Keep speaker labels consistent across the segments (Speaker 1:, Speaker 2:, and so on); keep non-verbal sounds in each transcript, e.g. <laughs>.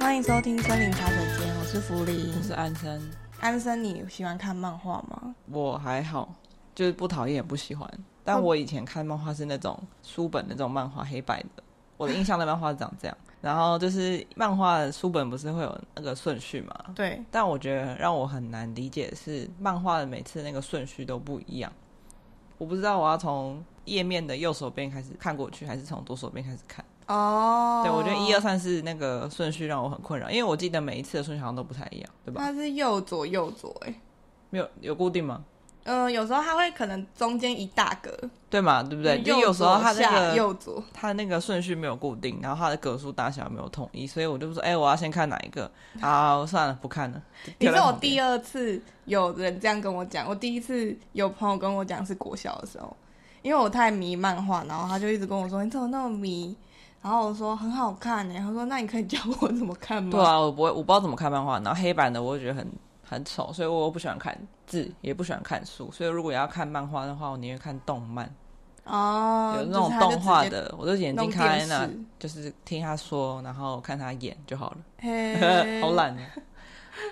Speaker 1: 欢迎收听森林茶水间，我是福林
Speaker 2: 我。是安生，
Speaker 1: 安生，你喜欢看漫画吗？
Speaker 2: 我还好，就是不讨厌也不喜欢。但我以前看漫画是那种书本那种漫画，黑白的。我的印象的漫画是长这样。然后就是漫画书本不是会有那个顺序嘛？
Speaker 1: 对，
Speaker 2: 但我觉得让我很难理解的是，漫画的每次那个顺序都不一样。我不知道我要从页面的右手边开始看过去，还是从左手边开始看。
Speaker 1: 哦
Speaker 2: 对，我觉得一二，三四那个顺序让我很困扰，因为我记得每一次的顺序好像都不太一样，对吧？
Speaker 1: 它是右左右左、欸，哎，
Speaker 2: 没有有固定吗？
Speaker 1: 嗯、有时候它会可能中间一大格，
Speaker 2: 对嘛？对不对？就
Speaker 1: 嗯右
Speaker 2: 有时候
Speaker 1: 左
Speaker 2: 它那
Speaker 1: 下
Speaker 2: 个
Speaker 1: 右左，
Speaker 2: 它那个顺序没有固定，然后它的格数大小没有统一，所以我就说，哎、我要先看哪一个？啊，算了，不看了。
Speaker 1: 你是我
Speaker 2: 一，
Speaker 1: 第二次有人这样跟我讲，我第一次有朋友跟我讲是国小的时候，因为我太迷漫画，然后他就一直跟我说你怎么那么迷，然后我说很好看呢、他说那你可以教我怎么看吗？
Speaker 2: 对啊，我不会，我不知道怎么看漫画，然后黑板的我就觉得很很丑，所以我又不喜欢看字，也不喜欢看书，所以如果要看漫画的话，我宁愿看动漫，
Speaker 1: 哦，
Speaker 2: 啊有那
Speaker 1: 就是
Speaker 2: 种
Speaker 1: 他就
Speaker 2: 动画
Speaker 1: 直接
Speaker 2: 的，我就眼睛
Speaker 1: 弄
Speaker 2: 开在
Speaker 1: 电
Speaker 2: 那
Speaker 1: 视，
Speaker 2: 就是听他说，然后看他演就好了。
Speaker 1: 嘿
Speaker 2: <laughs> 好懒啊！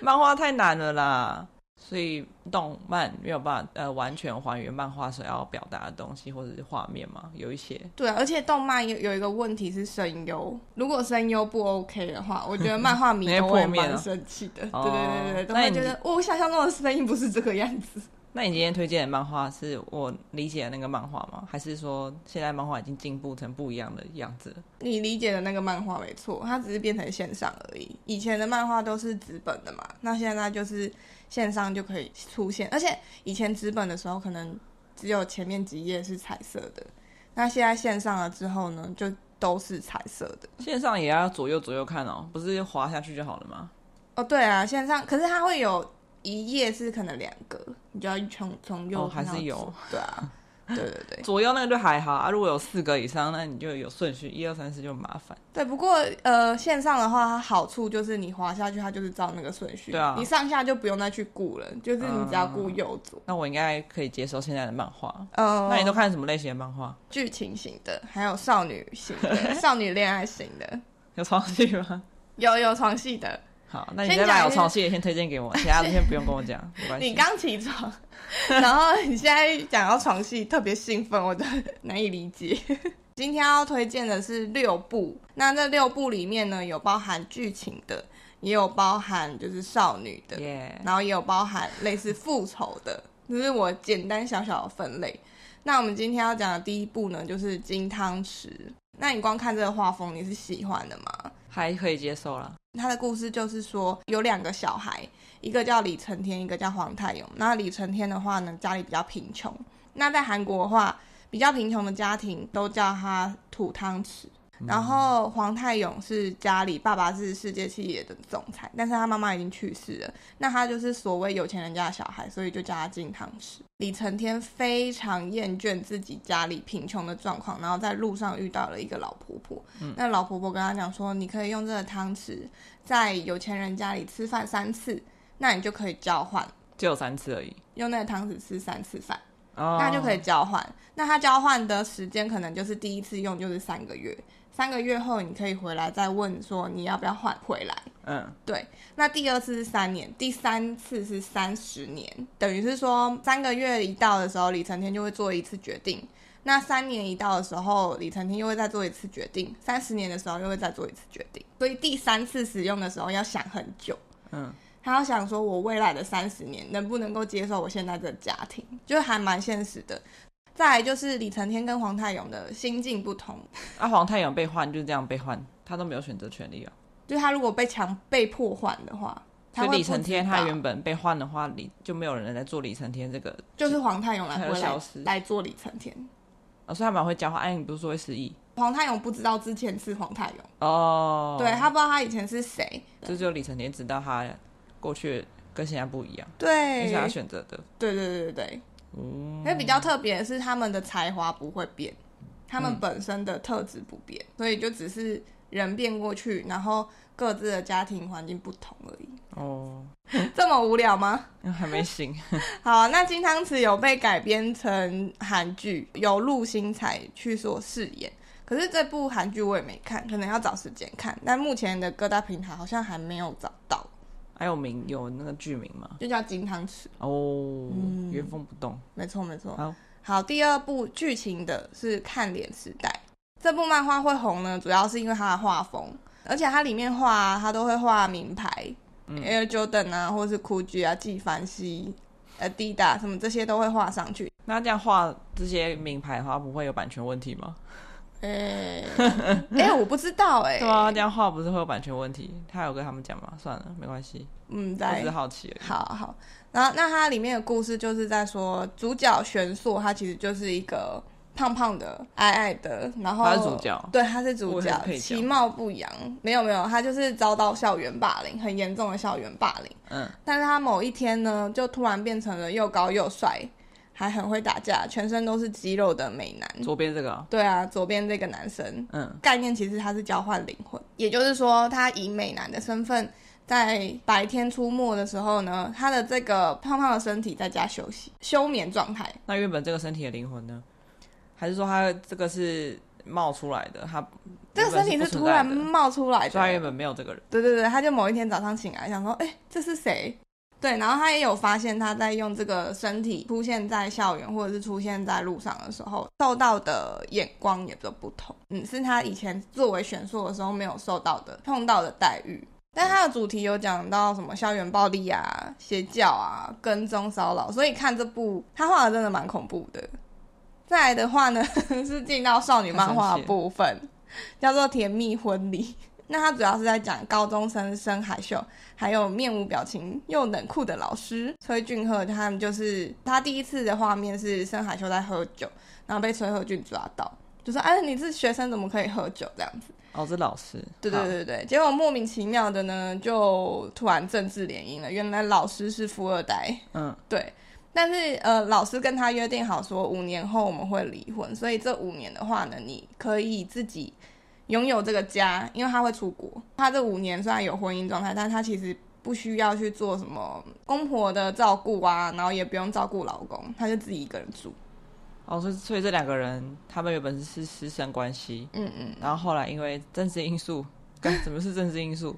Speaker 2: 漫画太难了啦，所以动漫没有办法呃完全还原漫画所要表达的东西或者是画面嘛，有一些
Speaker 1: 对啊，而且动漫有有一个问题是声优，如果声优不 OK 的话，我觉得漫
Speaker 2: <laughs>
Speaker 1: 画迷
Speaker 2: 你会
Speaker 1: 都
Speaker 2: 破
Speaker 1: 会
Speaker 2: 灭
Speaker 1: 蛮
Speaker 2: 啊
Speaker 1: 生气的。
Speaker 2: 哦
Speaker 1: 对对对对，都
Speaker 2: 那
Speaker 1: 会
Speaker 2: 你
Speaker 1: 觉得、哦我想象中的声音不是这个样子。
Speaker 2: 那你今天推荐的漫画是我理解的那个漫画吗？还是说现在漫画已经进步成不一样的样子了？
Speaker 1: 你理解的那个漫画没错，它只是变成线上而已。以前的漫画都是纸本的嘛，那现在就是线上就可以出现，而且以前纸本的时候可能只有前面几页是彩色的，那现在线上了之后呢，就都是彩色的。
Speaker 2: 线上也要左右左右看哦，不是滑下去就好了吗？
Speaker 1: 哦，对啊，线上可是它会有一页是可能两个，你就要从从右、
Speaker 2: 哦还是有，
Speaker 1: 对啊，对对对
Speaker 2: 左右那个就还好啊，如果有四个以上，那你就有顺序，一二三四就麻烦。
Speaker 1: 对。不过呃，线上的话，它好处就是你滑下去，它就是照那个顺序，
Speaker 2: 对啊嗯
Speaker 1: 你上下就不用再去顾了，就是你只要顾右左。
Speaker 2: 那我应该可以接受现在的漫画。
Speaker 1: 呃，
Speaker 2: 那你都看什么类型的漫画？
Speaker 1: 剧情型的，还有少女型的、 <laughs> 少女恋爱型的，
Speaker 2: 有创新吗？
Speaker 1: 有有床戏的。
Speaker 2: 好，那你
Speaker 1: 先
Speaker 2: 再
Speaker 1: 讲
Speaker 2: 把有
Speaker 1: 一
Speaker 2: 床
Speaker 1: 下
Speaker 2: 戏也先推荐
Speaker 1: <laughs>
Speaker 2: 给我，其他的先不用跟我讲，没关系。
Speaker 1: 你刚起床， <laughs> 然后你现在讲到床戏，特别兴奋，我真的难以理解。 <laughs> 今天要推荐的是六部，那这六部里面呢，有包含剧情的，也有包含就是少女的
Speaker 2: 耶
Speaker 1: 然后也有包含类似复仇的，这是我简单小小的分类。那我们今天要讲的第一部呢，就是金汤匙。那你光看这个画风，你是喜欢的吗？
Speaker 2: 还可以接受啦。
Speaker 1: 他的故事就是说，有两个小孩，一个叫李承天，一个叫黄泰勇。那李承天的话呢，家里比较贫穷。那在韩国的话，比较贫穷的家庭都叫他土汤匙。然后黄泰勇是家里爸爸是世界企业的总裁，但是他妈妈已经去世了。那他就是所谓有钱人家的小孩，所以就叫他金汤匙。李承天非常厌倦自己家里贫穷的状况，然后在路上遇到了一个老婆婆。那老婆婆跟他讲说：“你可以用这个汤匙在有钱人家里吃饭三次，那你就可以交换，
Speaker 2: 只有三次而已，
Speaker 1: 用那个汤匙吃三次饭，
Speaker 2: 哦
Speaker 1: 那就可以。交换。那他交换的时间可能就是第一次用就是三个月，三个月后你可以回来再问说你要不要换回来。
Speaker 2: 嗯，
Speaker 1: 对，那第二次是三年，第三次是三十年，等于是说三个月一到的时候，李承天就会做一次决定。那三年一到的时候，李承天又会再做一次决定；三十年的时候，又会再做一次决定。所以第三次使用的时候要想很久，
Speaker 2: 嗯，
Speaker 1: 他要想说我未来的三十年能不能够接受我现在这个家庭，就是还蛮现实的。再来就是李承天跟黄泰勇的心境不同，
Speaker 2: 啊，黄太勇被换就是这样被换，他都没有选择权利哦。
Speaker 1: 就是他如果被强被破换的话，他
Speaker 2: 所
Speaker 1: 会
Speaker 2: 以李
Speaker 1: 不知
Speaker 2: 承天他
Speaker 1: 道
Speaker 2: 原本被换的话，李就没有人来做李承天这个，
Speaker 1: 就是黄泰勇来
Speaker 2: 还有
Speaker 1: 回来
Speaker 2: 消失
Speaker 1: 来做李承天。
Speaker 2: 哦、所以他蛮会讲话。哎，你不是说会失忆？
Speaker 1: 黄泰勇不知道之前是黄泰勇，
Speaker 2: 哦，
Speaker 1: 对，他不知道他以前是谁，
Speaker 2: 就只有李承天知道他过去跟现在不一样，
Speaker 1: 对，
Speaker 2: 是他
Speaker 1: 对
Speaker 2: 选择的。
Speaker 1: 对对对对。那、比较特别的是他们的才华不会变，他们本身的特质不变，所以就只是人变过去，然后各自的家庭环境不同而已。 <laughs>
Speaker 2: 哦，
Speaker 1: 这么无聊吗？
Speaker 2: 还没
Speaker 1: <laughs>
Speaker 2: 醒。
Speaker 1: 好，啊那金汤匙有被改编成韩剧，由陆星材去所饰演。可是这部韩剧我也没看，可能要找时间看。但目前的各大平台好像还没有找到，
Speaker 2: 还有名有那个剧名吗？
Speaker 1: 就叫《金汤匙》。
Speaker 2: 哦，
Speaker 1: 嗯
Speaker 2: 原封不动。
Speaker 1: 没错，没错。
Speaker 2: 好，
Speaker 1: 好，第二部剧情的是《看脸时代》。这部漫画会红呢，主要是因为它的画风，而且它里面画、啊、它都会画名牌、a
Speaker 2: 嗯
Speaker 1: i r Jordan 啊，或是 GUCCI 啊、纪梵希、Adidas 什么这些都会画上去。
Speaker 2: 那这样画这些名牌的话，不会有版权问题吗？ <laughs>
Speaker 1: 诶、诶、我不知道诶、
Speaker 2: 对啊，这样画不是会有版权问题？他有跟他们讲吗？算了，没关系，
Speaker 1: 嗯，
Speaker 2: 我
Speaker 1: 在
Speaker 2: 只是好奇而已。
Speaker 1: 好好，然后那它里面的故事就是在说，主角玄硕他其实就是一个胖胖的、矮矮的，然后
Speaker 2: 他是主角
Speaker 1: 对，他是主
Speaker 2: 我以
Speaker 1: 角
Speaker 2: 为是配，角
Speaker 1: 其貌不扬。没有没有，他就是遭到校园霸凌，很严重的校园霸凌。
Speaker 2: 嗯，
Speaker 1: 但是他某一天呢，就突然变成了又高又帅，还很会打架，全身都是肌肉的美男。
Speaker 2: 左边这个哦，
Speaker 1: 对啊，左边这个男生，
Speaker 2: 嗯，
Speaker 1: 概念其实它是交换灵魂，也就是说，他以美男的身份在白天出没的时候呢，他的这个胖胖的身体在家休息休眠状态。
Speaker 2: 那原本这个身体的灵魂呢？还是说他这个是冒出来的？他
Speaker 1: 这个身体
Speaker 2: 原本
Speaker 1: 是
Speaker 2: 不存
Speaker 1: 突
Speaker 2: 在
Speaker 1: 然
Speaker 2: 的
Speaker 1: 冒出来
Speaker 2: 所以他原
Speaker 1: 的，
Speaker 2: 本没有这个人。
Speaker 1: 对对对，他就某一天早上醒来，想说，哎，这是谁？对，然后他也有发现，他在用这个身体出现在校园或者是出现在路上的时候，受到的眼光也都不同。嗯，是他以前作为选硕的时候没有受到的、碰到的待遇。但它的主题有讲到什么校园暴力啊、邪教啊、跟踪骚扰，所以看这部他画的真的蛮恐怖的。再来的话呢， <laughs> 是进到少女漫画的部分，叫做《甜蜜婚礼》。那它主要是在讲高中生深海秀，还有面无表情又冷酷的老师崔俊赫，他们就是他第一次的画面是深海秀在喝酒，然后被崔赫俊抓到，就说：“哎，你是学生，怎么可以喝酒？”这样子。
Speaker 2: 哦，这老师。
Speaker 1: 对对
Speaker 2: 好，
Speaker 1: 对对，结果莫名其妙的呢，就突然政治联姻了。原来老师是富二代，
Speaker 2: 嗯，
Speaker 1: 对。但是呃，老师跟他约定好说，五年后我们会离婚，所以这五年的话呢，你可以自己拥有这个家，因为他会出国。他这五年虽然有婚姻状态，但他其实不需要去做什么公婆的照顾啊，然后也不用照顾老公，他就自己一个人住。
Speaker 2: 哦，所以所以这两个人他们原本是师生关系，
Speaker 1: 嗯嗯，
Speaker 2: 然后后来因为政治因素，跟什么是政治因素？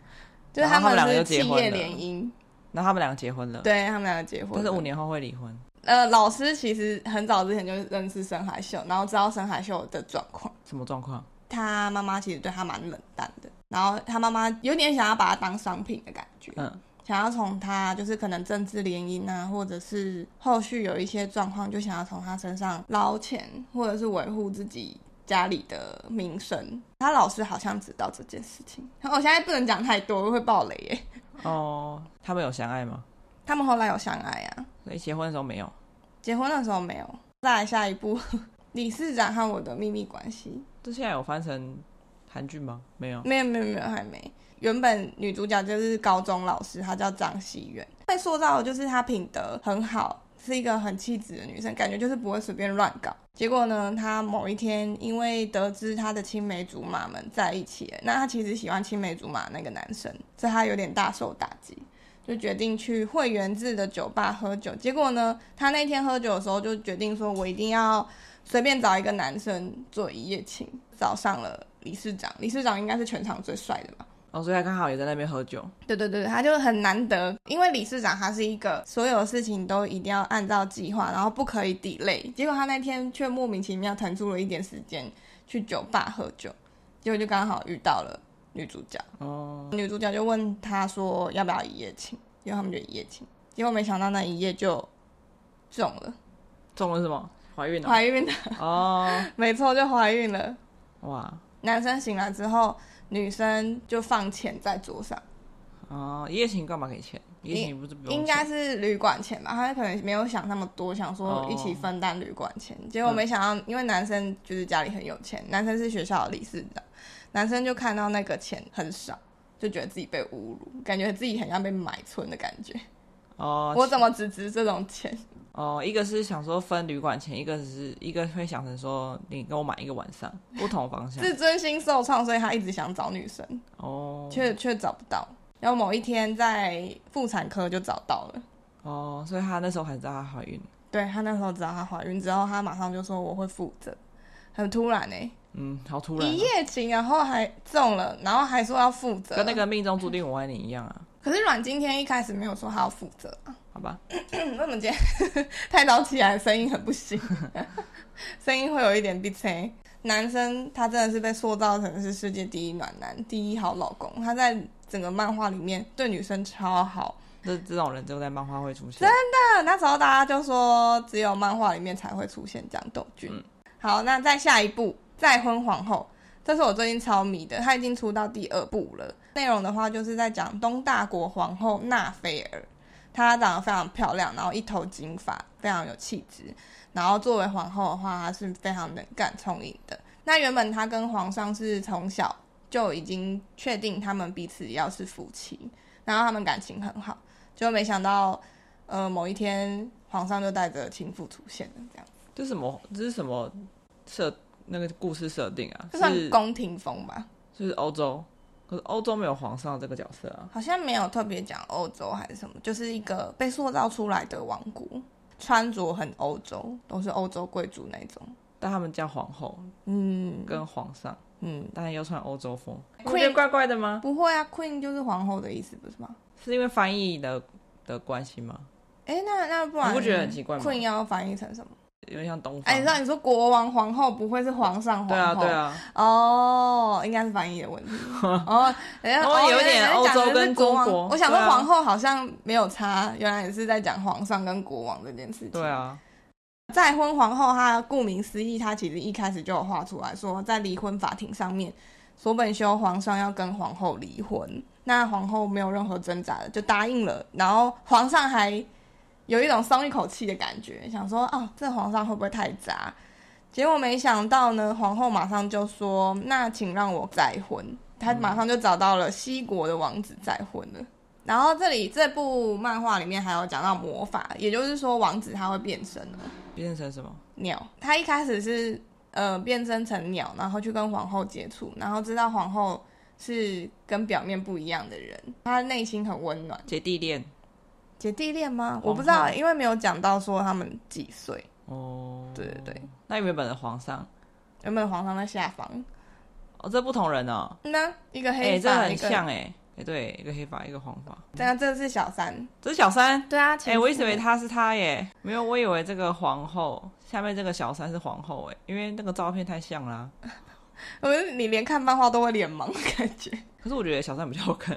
Speaker 1: 就是
Speaker 2: 然后他们两个
Speaker 1: 是
Speaker 2: 就结
Speaker 1: 企
Speaker 2: 婚
Speaker 1: 业
Speaker 2: 了
Speaker 1: 联姻，
Speaker 2: 然后他们两个结婚了，
Speaker 1: 对他们两个结婚了，
Speaker 2: 但是五年后会离婚，
Speaker 1: 呃，老师其实很早之前就认识深海秀，然后知道深海秀的状况。
Speaker 2: 什么状况？
Speaker 1: 他妈妈其实对他蛮冷淡的，然后他妈妈有点想要把他当商品的感觉，
Speaker 2: 嗯，
Speaker 1: 想要从他就是可能政治联姻啊，或者是后续有一些状况，就想要从他身上捞钱，或者是维护自己家里的名声。他老师好像知道这件事情，我现在不能讲太多，会爆雷耶。
Speaker 2: 哦，他们有相爱吗？
Speaker 1: 他们后来有相爱啊，
Speaker 2: 所以结婚的时候没有。
Speaker 1: 结婚的时候没有。再来下一步，理事长和我的秘密关系，
Speaker 2: 这现在有翻成韩剧吗？没有。
Speaker 1: 没有没有没有还没。原本女主角就是高中老师，她叫张熙媛，被塑造的就是她品德很好，是一个很气质的女生，感觉就是不会随便乱搞。结果呢，她某一天因为得知她的青梅竹马们在一起了，那她其实喜欢青梅竹马那个男生，所以她有点大受打击。就决定去会员制的酒吧喝酒，结果呢，她那天喝酒的时候就决定说，我一定要随便找一个男生做一夜情，找上了理事长。理事长应该是全场最帅的吧？
Speaker 2: 哦，所以他刚好也在那边喝酒。
Speaker 1: 对对对，他就很难得，因为理事长他是一个所有事情都一定要按照计划，然后不可以 delay。结果他那天却莫名其妙腾出了一点时间去酒吧喝酒，结果就刚好遇到了女主角。
Speaker 2: 哦，
Speaker 1: 女主角就问他说要不要一夜情，因为他们就一夜情。结果没想到那一夜就中了，
Speaker 2: 中了什么？怀孕了。
Speaker 1: 怀孕了，
Speaker 2: 哦，
Speaker 1: 没错，就怀孕了。
Speaker 2: 哇，
Speaker 1: 男生醒来之后，女生就放钱在桌上，
Speaker 2: 哦，一夜情干嘛给钱？一夜情不是不用钱
Speaker 1: 应该是旅馆钱吧？他可能没有想那么多，想说
Speaker 2: 哦
Speaker 1: 一起分担旅馆钱。结果没想到，因为男生就是家里很有钱，男生是学校的理事长，男生就看到那个钱很少，就觉得自己被侮辱，感觉自己很像被买春的感觉。
Speaker 2: 哦，
Speaker 1: 我怎么只值这种钱？
Speaker 2: 哦，一个是想说分旅馆钱，一个只是一个会想成说你给我买一个晚上，不同方向。
Speaker 1: 自尊心受创，所以他一直想找女生，
Speaker 2: 哦，
Speaker 1: 却却找不到。然后某一天在妇产科就找到了。
Speaker 2: 哦，所以他那时候还知道她怀孕。
Speaker 1: 对她那时候知道她怀孕之后，她马上就说我会负责，很突然哎、
Speaker 2: 嗯，好突然、
Speaker 1: 一
Speaker 2: 啊，
Speaker 1: 夜情，然后还中了，然后还说要负责。
Speaker 2: 跟那个命中注定我爱你一样啊，
Speaker 1: 可是阮经天一开始没有说他要负责，
Speaker 2: 好吧，
Speaker 1: 为什么今天 <laughs> 太早起来，声音很不
Speaker 2: <laughs>
Speaker 1: 行，声音会有一点 B C。男生他真的是被塑造成是世界第一暖男、第一好老公，他在整个漫画里面对女生超好。
Speaker 2: 这这种人只有在漫画会出现
Speaker 1: 真。那那时候大家就说，只有漫画里面才会出现这样斗剧。
Speaker 2: 嗯
Speaker 1: 好，那再下一部《再婚皇后》，这是我最近超迷的，它已经出到第二部了。内容的话，就是在讲东大国皇后纳菲尔，她长得非常漂亮，然后一头金发，非常有气质。然后作为皇后的话，她是非常能干聪颖的。那原本她跟皇上是从小就已经确定他们彼此要是夫妻，然后他们感情很好，就没想到呃，某一天皇上就带着情妇出现了，这样
Speaker 2: 这是什么？这是什么设那个故事设定啊？
Speaker 1: 这算
Speaker 2: 是
Speaker 1: 宫廷风吧？
Speaker 2: 就是欧洲，可是欧洲没有皇上这个角色啊。
Speaker 1: 好像没有特别讲欧洲还是什么，就是一个被塑造出来的王国，穿着很欧洲，都是欧洲贵族那种。
Speaker 2: 但他们叫皇后
Speaker 1: 嗯
Speaker 2: 跟皇上，
Speaker 1: 嗯，
Speaker 2: 但又穿欧洲风，
Speaker 1: Queen
Speaker 2: 不觉得怪怪的吗？
Speaker 1: 不会啊，Queen 就是皇后的意思，不是吗？
Speaker 2: 是因为翻译的的关系吗？
Speaker 1: 哎，那那不然
Speaker 2: 你不觉得很奇怪吗
Speaker 1: ？Queen 要翻译成什么？
Speaker 2: 有点像东方。
Speaker 1: 哎，让你说国王皇后不会是皇上皇后？
Speaker 2: 对啊，对。啊，
Speaker 1: 哦，应该是翻译的
Speaker 2: <laughs>
Speaker 1: 问题。哦，人家
Speaker 2: 哦
Speaker 1: 哦
Speaker 2: 有点
Speaker 1: 原来
Speaker 2: 欧洲
Speaker 1: 讲的是
Speaker 2: 跟
Speaker 1: 国
Speaker 2: 中
Speaker 1: 王
Speaker 2: 国
Speaker 1: 我想说
Speaker 2: 对啊
Speaker 1: 皇后好像没有差，原来也是在讲皇上跟国王这件事情。
Speaker 2: 对，啊，
Speaker 1: 再婚皇后她顾名思义，她其实一开始就有画出来说，在离婚法庭上面，索本修皇上要跟皇后离婚，那皇后没有任何挣扎的就答应了，然后皇上还有一种松一口气的感觉，想说哦，这皇上会不会太渣？结果没想到呢，皇后马上啊就说：“那请让我再婚。”她马上就找到了西国的王子再婚了。然后这里这部漫画里面还有讲到魔法，也就是说王子他会变身了。
Speaker 2: 变成什么？
Speaker 1: 鸟，他一开始是呃变身成鸟，然后去跟皇后接触，然后知道皇后是跟表面不一样的人，他内心很温暖。
Speaker 2: 姐弟恋
Speaker 1: 姐弟恋吗？
Speaker 2: 后
Speaker 1: 我不知道，因为没有讲到说他们几岁。
Speaker 2: 哦。
Speaker 1: 对对对，
Speaker 2: 那原本的皇上
Speaker 1: 原本皇上在下方，
Speaker 2: 哦，这不同人哦。
Speaker 1: 那一个
Speaker 2: 哎、
Speaker 1: 黑
Speaker 2: 这
Speaker 1: 发，
Speaker 2: 很
Speaker 1: 一个
Speaker 2: 像哎、哎、对，一个黑发，一个黄发。
Speaker 1: 对啊，这是小三。
Speaker 2: 这是小三，
Speaker 1: 对啊，
Speaker 2: 哎、
Speaker 1: 前夫
Speaker 2: 我一直以为他是他耶，没有，我以为这个皇后下面这个小三是皇后哎，因为那个照片太像啦、
Speaker 1: 我觉得你连看漫画都会脸盲的感觉。
Speaker 2: 可是我觉得小三比较好看，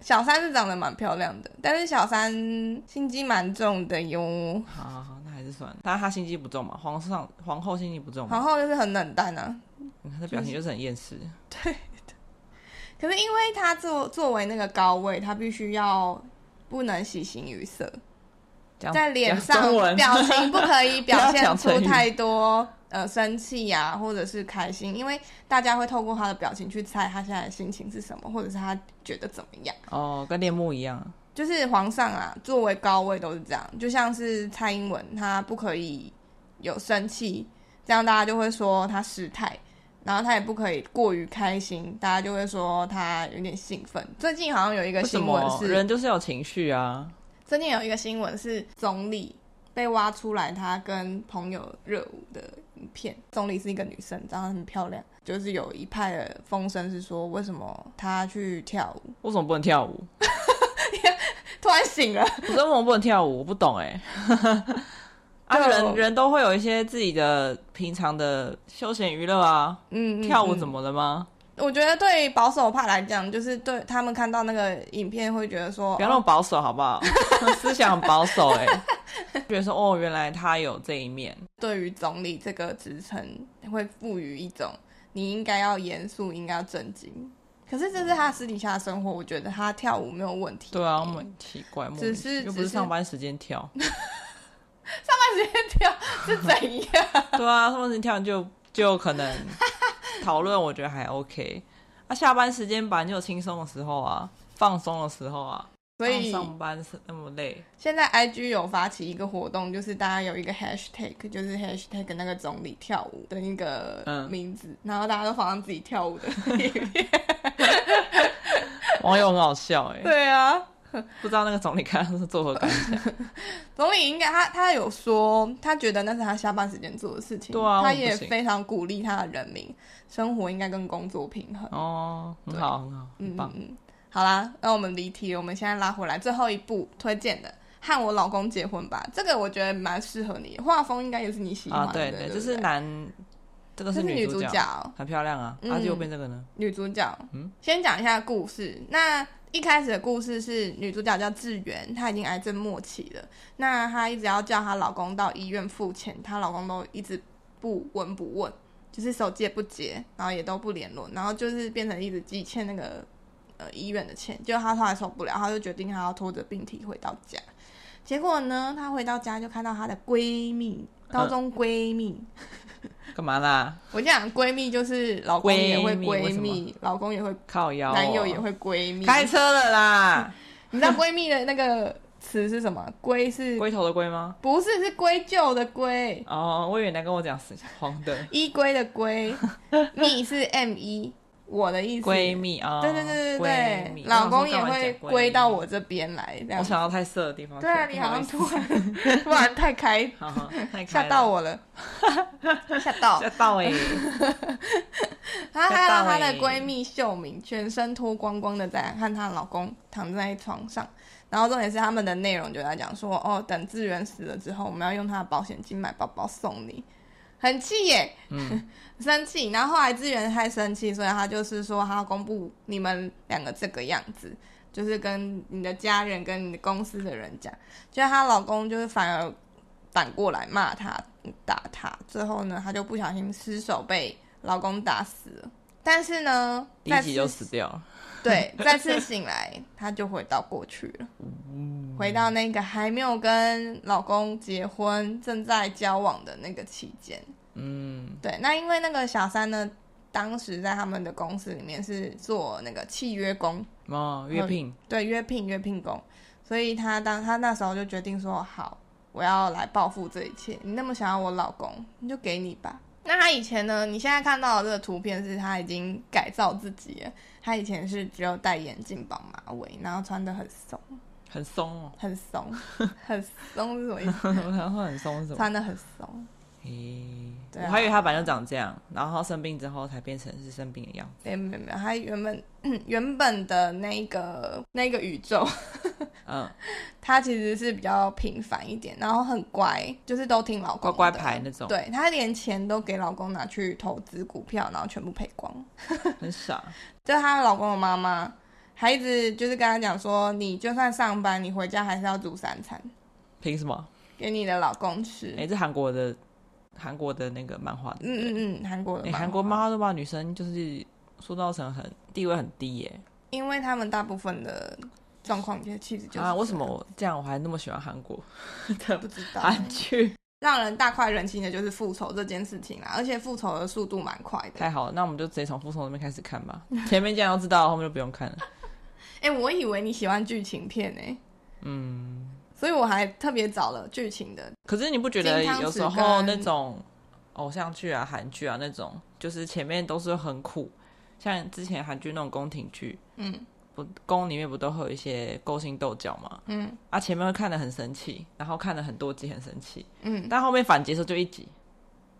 Speaker 1: 小三是长得蛮漂亮的，但是小三心机蛮重的哟。
Speaker 2: <laughs> 好好好，那还是算了。但是他心机不重嘛，皇上皇后心机不重嘛，
Speaker 1: 皇后就是很冷淡啊，
Speaker 2: 你看他表情就是很厌世。
Speaker 1: 可是因为他作作为那个高位，他必须要不能喜形于色，
Speaker 2: 讲
Speaker 1: 在脸
Speaker 2: 讲
Speaker 1: 上
Speaker 2: 中文
Speaker 1: 表情不可以表
Speaker 2: 不要
Speaker 1: 现
Speaker 2: 讲
Speaker 1: 出
Speaker 2: 成语
Speaker 1: 太多呃生气呀、或者是开心，因为大家会透过他的表情去猜他现在的心情是什么，或者是他觉得怎么样。
Speaker 2: <laughs> 哦，跟恋慕一样，
Speaker 1: 就是皇上啊，作为高位都是这样，就像是蔡英文，他不可以有生气，这样大家就会说他失态，然后他也不可以过于开心，大家就会说他有点兴奋。最近好像有一个
Speaker 2: 为什
Speaker 1: 新闻
Speaker 2: 么
Speaker 1: 是，
Speaker 2: 人就是有情绪啊？
Speaker 1: 最近有一个新闻是总理被挖出来，他跟朋友热舞的影片。总理是一个女生，长得很漂亮，就是有一派的风声是说，为什么她去跳舞？
Speaker 2: 为什么不能跳舞？
Speaker 1: 突然醒了，
Speaker 2: 不是为什么不能跳舞？我不懂哎。 <laughs> 啊，
Speaker 1: 对
Speaker 2: 人人都会有一些自己的平常的休闲娱乐啊，
Speaker 1: 嗯，嗯
Speaker 2: 跳舞
Speaker 1: 嗯
Speaker 2: 怎么了吗？
Speaker 1: 我觉得对保守派来讲，就是对他们看到那个影片会觉得说，哦
Speaker 2: 不要那么保守好不好？ <laughs> 思想很保守哎、 <laughs> 觉得说哦，原来他有这一面，
Speaker 1: 对于总理这个职称会赋予一种你应该要严肃，应该要正经。可是这是他私底下的生活，我觉得他跳舞没有问题。
Speaker 2: 对啊，我们很奇怪，莫名
Speaker 1: 只是
Speaker 2: 又不
Speaker 1: 只
Speaker 2: 是
Speaker 1: 是
Speaker 2: 上班时间跳， <laughs>
Speaker 1: 是怎
Speaker 2: <laughs>
Speaker 1: 样？
Speaker 2: 对啊，上班时间跳你就就可能讨论，我觉得还 OK。那、下班时间本来就有轻松的时候啊，放松的时候啊，
Speaker 1: 所以
Speaker 2: 上上班是那么累，
Speaker 1: 现在 IG 有发起一个活动，就是大家有一个 hashtag，就是 hashtag 那个总理跳舞的一个
Speaker 2: 嗯
Speaker 1: 名字，然后大家都放上自己跳舞的影片。
Speaker 2: 网友很好笑哎、
Speaker 1: 对啊，
Speaker 2: 不知道那个总理看到是作何
Speaker 1: <laughs>
Speaker 2: 感想？
Speaker 1: 总理应该他他有说，他觉得那是他下班时间做的事情，
Speaker 2: 对啊
Speaker 1: 他
Speaker 2: 为什么
Speaker 1: 也
Speaker 2: 不行
Speaker 1: 非常鼓励他的人民，生活应该跟工作平衡。
Speaker 2: 哦，很好，很好，很
Speaker 1: 嗯
Speaker 2: 棒
Speaker 1: 嗯。嗯，好啦，那我们离题，我们现在拉回来最后一部推荐的。和我老公结婚吧，这个我觉得蛮适合你，画风应该也是嗯你喜欢的。
Speaker 2: 啊，对
Speaker 1: 对不，
Speaker 2: 就是男，这个
Speaker 1: 这是
Speaker 2: 女
Speaker 1: 主
Speaker 2: 角，
Speaker 1: 角，
Speaker 2: 很漂亮啊。
Speaker 1: 嗯
Speaker 2: 啊，右边这个呢？
Speaker 1: 女主角，
Speaker 2: 嗯
Speaker 1: 先讲一下故事。那一开始的故事是女主角叫志媛，她已经癌症末期了。那她一直要叫她老公到医院付钱，她老公都一直不闻不问，就是手机也不接，然后也都不联络，然后就是变成一直积欠那个呃医院的钱。结果她后来受不了，她就决定她要拖着病体回到家。结果呢，她回到家就看到她的闺蜜，高中闺蜜，
Speaker 2: 啊干嘛啦？
Speaker 1: 我讲闺蜜就是老公也会
Speaker 2: 闺蜜为
Speaker 1: 闺
Speaker 2: 什么
Speaker 1: 蜜，老公也会
Speaker 2: 靠腰、哦，
Speaker 1: 男友也会闺蜜。
Speaker 2: 开车了啦。
Speaker 1: 你知道闺蜜的那个词是什么？闺是
Speaker 2: 龟头的龟吗？
Speaker 1: 不是是归咎的
Speaker 2: <laughs>
Speaker 1: 归？
Speaker 2: 哦，我以为你在跟我讲是黄
Speaker 1: <laughs>
Speaker 2: 的
Speaker 1: 依归的归，蜜是 M 一，我的意思。
Speaker 2: 闺蜜啊。
Speaker 1: 对对对对
Speaker 2: 闺蜜
Speaker 1: 对，老公也会归到。
Speaker 2: 我
Speaker 1: 我这边来，这
Speaker 2: 想
Speaker 1: 样。
Speaker 2: 说干嘛讲闺蜜我想到太色的地方去
Speaker 1: 对
Speaker 2: 了。
Speaker 1: 啊，你好像
Speaker 2: 不
Speaker 1: 突然突然太开，
Speaker 2: 好
Speaker 1: <laughs>
Speaker 2: 意思，好好太 <laughs> 开
Speaker 1: 吓
Speaker 2: 了
Speaker 1: 到，我
Speaker 2: <laughs>
Speaker 1: 了，吓到。
Speaker 2: 吓到
Speaker 1: <laughs>
Speaker 2: 哎、
Speaker 1: 她还让她
Speaker 2: 吓到
Speaker 1: 的
Speaker 2: 欸
Speaker 1: 闺蜜秀敏全身脱光光的在和她老公躺在床上，然后重点是他们的内容就在讲说，哦，等志源死了之后，我们要用他的保险金买包包送你，很气耶，
Speaker 2: 嗯
Speaker 1: 生气。然后后来志源太生气，所以他就是说他要公布你们两个这个样子，就是跟你的家人跟你的公司的人讲，就她老公就是反而反过来骂她打她，最后呢，她就不小心失手被老公打死了。但是呢，
Speaker 2: 第
Speaker 1: 再
Speaker 2: 一
Speaker 1: 次
Speaker 2: 集就死掉了。
Speaker 1: 对，再次醒来，她就回到过去了，
Speaker 2: 嗯
Speaker 1: 回到那个还没有跟老公结婚、正在交往的那个期间。
Speaker 2: 嗯，
Speaker 1: 对，那因为那个小三呢，当时在他们的公司里面是做那个契约工，
Speaker 2: 哦，约聘，
Speaker 1: 对，约聘约聘工，所以她当她那时候就决定说，好，我要来报复这一切。你那么想要我老公，你就给你吧。那她以前呢？你现在看到的这个图片是她已经改造自己了。她以前是只有戴眼镜、绑马尾，然后穿的很松、
Speaker 2: 很松哦。
Speaker 1: 很松、很松是什么意思？
Speaker 2: 我想说很松
Speaker 1: <laughs>
Speaker 2: 是什么？
Speaker 1: 穿的很松，
Speaker 2: 诶，
Speaker 1: 对啊
Speaker 2: 我还以为他本来就长这样，然后生病之后才变成是生病的样子。
Speaker 1: 没有没有没有，她原本 <clears throat> 原本的那个那个宇宙，
Speaker 2: 嗯，
Speaker 1: 她其实是比较平凡一点，然后很乖，就是都听老公
Speaker 2: 乖
Speaker 1: 的
Speaker 2: 乖牌那种，
Speaker 1: 对她连钱都给老公拿去投资股票，然后全部赔光。<laughs>
Speaker 2: 很傻。
Speaker 1: 就是她老公的妈妈还一直就是跟她讲说，你就算上班，你回家还是要煮三餐
Speaker 2: 凭什么？
Speaker 1: 给你的老公吃。
Speaker 2: 诶，这韩国的韩国的那个漫画，对不对
Speaker 1: 嗯嗯嗯，韩国的
Speaker 2: 诶
Speaker 1: 妈
Speaker 2: 韩国漫画都把女生就是塑造成很地位很低耶、
Speaker 1: 因为他们大部分的状况，就是其实就是
Speaker 2: 啊，为什
Speaker 1: 这
Speaker 2: 么
Speaker 1: 样
Speaker 2: 我这样我还那么喜欢韩国
Speaker 1: 不知道？
Speaker 2: 韩剧？
Speaker 1: 让人大快人心的就是复仇这件事情啦，而且复仇的速度蛮快的。
Speaker 2: 太好了，那我们就直接从复仇那边开始看
Speaker 1: <laughs>
Speaker 2: 吧。前面既然都知道，后面就不用看了。
Speaker 1: 哎、我以为你喜欢剧情片呢、
Speaker 2: 嗯，
Speaker 1: 所以我还特别找了剧情的
Speaker 2: 可是你不觉得
Speaker 1: 金汤匙
Speaker 2: 有时候
Speaker 1: 跟
Speaker 2: 那种偶像剧啊、韩剧啊那种，就是前面都是很苦，像之前韩剧那种宫廷剧，
Speaker 1: 嗯，
Speaker 2: 不宫里面不都会有一些勾心斗角嘛？
Speaker 1: 嗯
Speaker 2: 啊，前面会看得很生气，然后看了很多集很生气，
Speaker 1: 嗯，
Speaker 2: 但后面反击的时候就一集，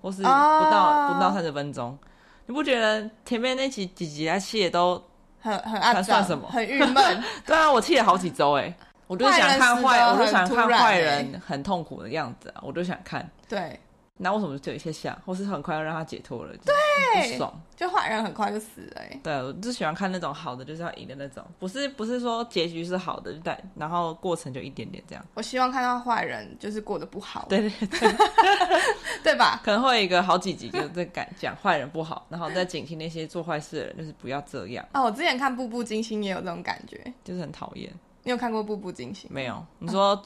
Speaker 2: 或是不
Speaker 1: 哦
Speaker 2: 到、不到三十分钟，你不觉得前面那几几集啊气的都？
Speaker 1: 很很暗
Speaker 2: 那
Speaker 1: 淡，
Speaker 2: 算什么
Speaker 1: 很郁闷。
Speaker 2: 对啊，我气了好几周哎、 <laughs> 我就是想看
Speaker 1: 坏人
Speaker 2: 坏，
Speaker 1: 死得
Speaker 2: 我就想
Speaker 1: 很突
Speaker 2: 看
Speaker 1: 然
Speaker 2: 坏
Speaker 1: 欸
Speaker 2: 人很痛苦的样子啊，我就想看。
Speaker 1: 对，
Speaker 2: 那为什么就有一些像，或是很快要让他解脱了？对不爽。
Speaker 1: 就坏人很快就死了、欸。
Speaker 2: 对，啊我就喜欢看那种好的，就是要赢的那种，不是不是说结局是好的，但然后过程就一点点这样。
Speaker 1: 我希望看到坏人就是过得不好，
Speaker 2: 对对对，
Speaker 1: <laughs> 对吧？
Speaker 2: 可能会有一个好几集就是在讲讲坏人不好，然后再警惕那些做坏事的人，就是不要这样，
Speaker 1: 啊，我之前看《步步惊心》也有这种感觉。
Speaker 2: 就是很讨厌。
Speaker 1: 你有看过《步步惊心
Speaker 2: 没有，你说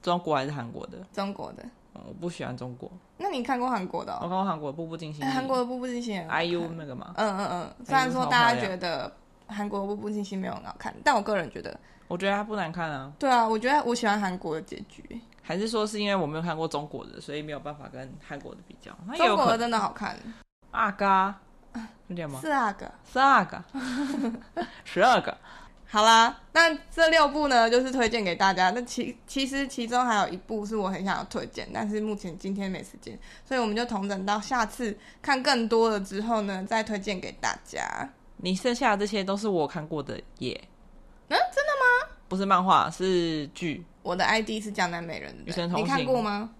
Speaker 2: 中国还是韩国的？》
Speaker 1: 中国的？
Speaker 2: 嗯我不喜欢中国，
Speaker 1: 那你看过韩国的、
Speaker 2: 我
Speaker 1: 哦
Speaker 2: 看过韩国的《步步惊心
Speaker 1: 哎》，韩国的《步步惊心》也很好看
Speaker 2: IU 那个嘛，
Speaker 1: 嗯嗯嗯。虽然
Speaker 2: 哎
Speaker 1: 说大家觉得韩国的《步步惊心》没有很好看，但我个人觉得，
Speaker 2: 我觉得它不难看啊，
Speaker 1: 对啊，我觉得我喜欢韩国的结局、欸
Speaker 2: 还是说是因为我没有看过中国的，所以没有办法跟韩国的比较。它也
Speaker 1: 中
Speaker 2: 有可
Speaker 1: 国
Speaker 2: 能
Speaker 1: 的真的好看，
Speaker 2: 二嘎，是这样吗？
Speaker 1: 四阿哥。
Speaker 2: <laughs> 十二个，十二个，
Speaker 1: 好啦，那这六部呢，就是推荐给大家。那其其实其中还有一部是我很想要推荐，但是目前今天没时间，所以我们就同等到下次看更多了之后呢，再推荐给大家。
Speaker 2: 你剩下的这些都是我看过的耶，
Speaker 1: 嗯，真的
Speaker 2: 不是漫画，是剧。
Speaker 1: 吗？我的 ID 是江南美人，对
Speaker 2: 与
Speaker 1: 不对
Speaker 2: 神同
Speaker 1: 你
Speaker 2: 行
Speaker 1: 看过吗？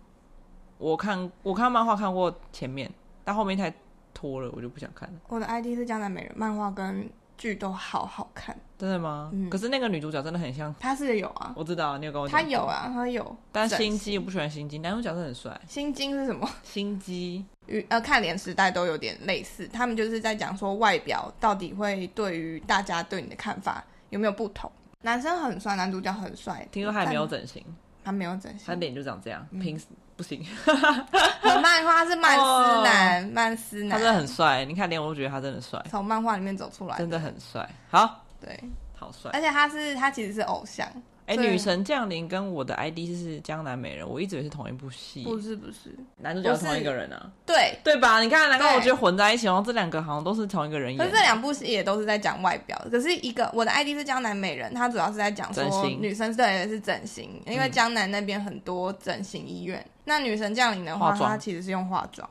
Speaker 2: 我看我看漫画看过前面，但后面太拖了，我就不想看了。
Speaker 1: 我的 ID 是江南美人，漫画跟剧都好好看。
Speaker 2: 真的吗？
Speaker 1: 嗯
Speaker 2: 可是那个女主角真的很像，
Speaker 1: 他是有啊，
Speaker 2: 我知道你有跟我讲，
Speaker 1: 他有，啊，他有。
Speaker 2: 但
Speaker 1: 整
Speaker 2: 心机我不喜欢心机，男主角真的很帅，
Speaker 1: 心经是什么？
Speaker 2: 心机
Speaker 1: 与呃看脸时代都有点类似，他们就是在讲说外表到底会对于大家对你的看法有没有不同。男生很帅，男主角很帅，
Speaker 2: 听说还没有
Speaker 1: 但
Speaker 2: 整形，
Speaker 1: 他没有整
Speaker 2: 他
Speaker 1: 形。
Speaker 2: 脸就长这
Speaker 1: 嗯
Speaker 2: 样，平时
Speaker 1: <laughs>
Speaker 2: 不行，
Speaker 1: 很漫画是曼斯男，曼斯
Speaker 2: 哦他真的
Speaker 1: 男
Speaker 2: 很帅，你看连我都觉得他真的帅，
Speaker 1: 从漫画里面走出来，
Speaker 2: 真的很帅，好
Speaker 1: 对，
Speaker 2: 好帅。
Speaker 1: 而且他是他其实是偶像，
Speaker 2: 哎、
Speaker 1: 哎对
Speaker 2: 女神降临跟我的 ID 是江南美人，我一直以为是同一部戏，
Speaker 1: 不是不是，
Speaker 2: 男主角
Speaker 1: 不
Speaker 2: 是
Speaker 1: 是
Speaker 2: 同一个人啊，
Speaker 1: 对。
Speaker 2: 对吧？你看，难怪
Speaker 1: 对
Speaker 2: 我觉得混在一起，然后这两个好像都是同一个人
Speaker 1: 可是
Speaker 2: 演
Speaker 1: 这。两部戏也都是在讲外表，可是一个我的 ID 是江南美人，它主要是在讲
Speaker 2: 整
Speaker 1: 说
Speaker 2: 形
Speaker 1: 女生对是整形，因为
Speaker 2: 嗯
Speaker 1: 江南那边很多整形医院。那女神降临的
Speaker 2: 化
Speaker 1: 话，
Speaker 2: 妆
Speaker 1: 它其实是用化妆，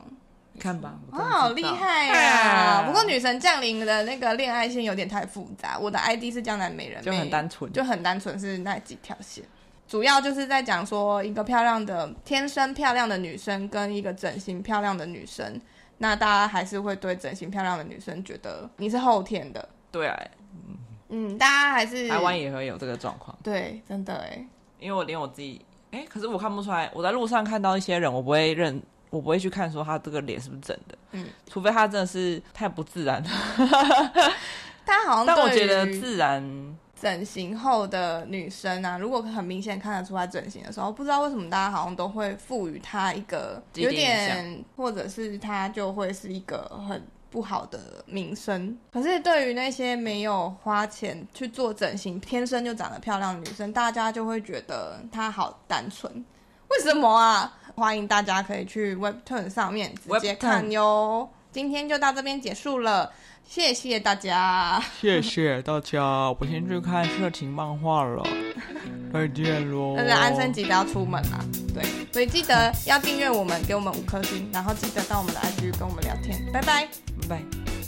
Speaker 2: 看吧，我
Speaker 1: 哦，
Speaker 2: 真的
Speaker 1: 好
Speaker 2: 知
Speaker 1: 厉
Speaker 2: 道
Speaker 1: 害呀、
Speaker 2: 哎
Speaker 1: 不过女神降临的那个恋爱线有点太复杂，我的 ID 是江南美人，
Speaker 2: 就很
Speaker 1: 没
Speaker 2: 单纯，
Speaker 1: 就很单纯是那几条线，主要就是在讲说一个漂亮的、天生漂亮的女生跟一个整形漂亮的女生。那大家还是会对整形漂亮的女生觉得你是后天的，
Speaker 2: 对啊。
Speaker 1: 嗯，大家还是
Speaker 2: 台湾也会有这个状况，
Speaker 1: 对，真的哎，
Speaker 2: 因为我连我自己，哎、可是我看不出来，我在路上看到一些人，我不会认，我不会去看说他这个脸是不是真的，
Speaker 1: 嗯，
Speaker 2: 除非他真的是太不自然了。
Speaker 1: 大家好像
Speaker 2: 但我
Speaker 1: 哦对
Speaker 2: 觉得
Speaker 1: 于
Speaker 2: 自然，
Speaker 1: 整形后的女生啊，如果很明显看得出来整形的时候，不知道为什么大家好像都会赋予她一个
Speaker 2: 既
Speaker 1: 有
Speaker 2: 定印象
Speaker 1: 点，或者是她就会是一个很不好的名声。可是对于那些没有花钱去做整形、天生就长得漂亮的女生，大家就会觉得她好单纯。为什么啊？欢迎大家可以去 Webtoon 上面直接
Speaker 2: Webtoon
Speaker 1: 看哟。今天就到这边结束了，谢谢大家。
Speaker 2: <laughs> 谢谢大家，我先去看色情漫画
Speaker 1: <laughs>
Speaker 2: 了，再见喽
Speaker 1: 但是安生吉不要出门啊，对，所以记得要订阅我们，给我们五颗星，然后记得到我们的 IG 跟我们聊天，拜拜。
Speaker 2: 拜拜。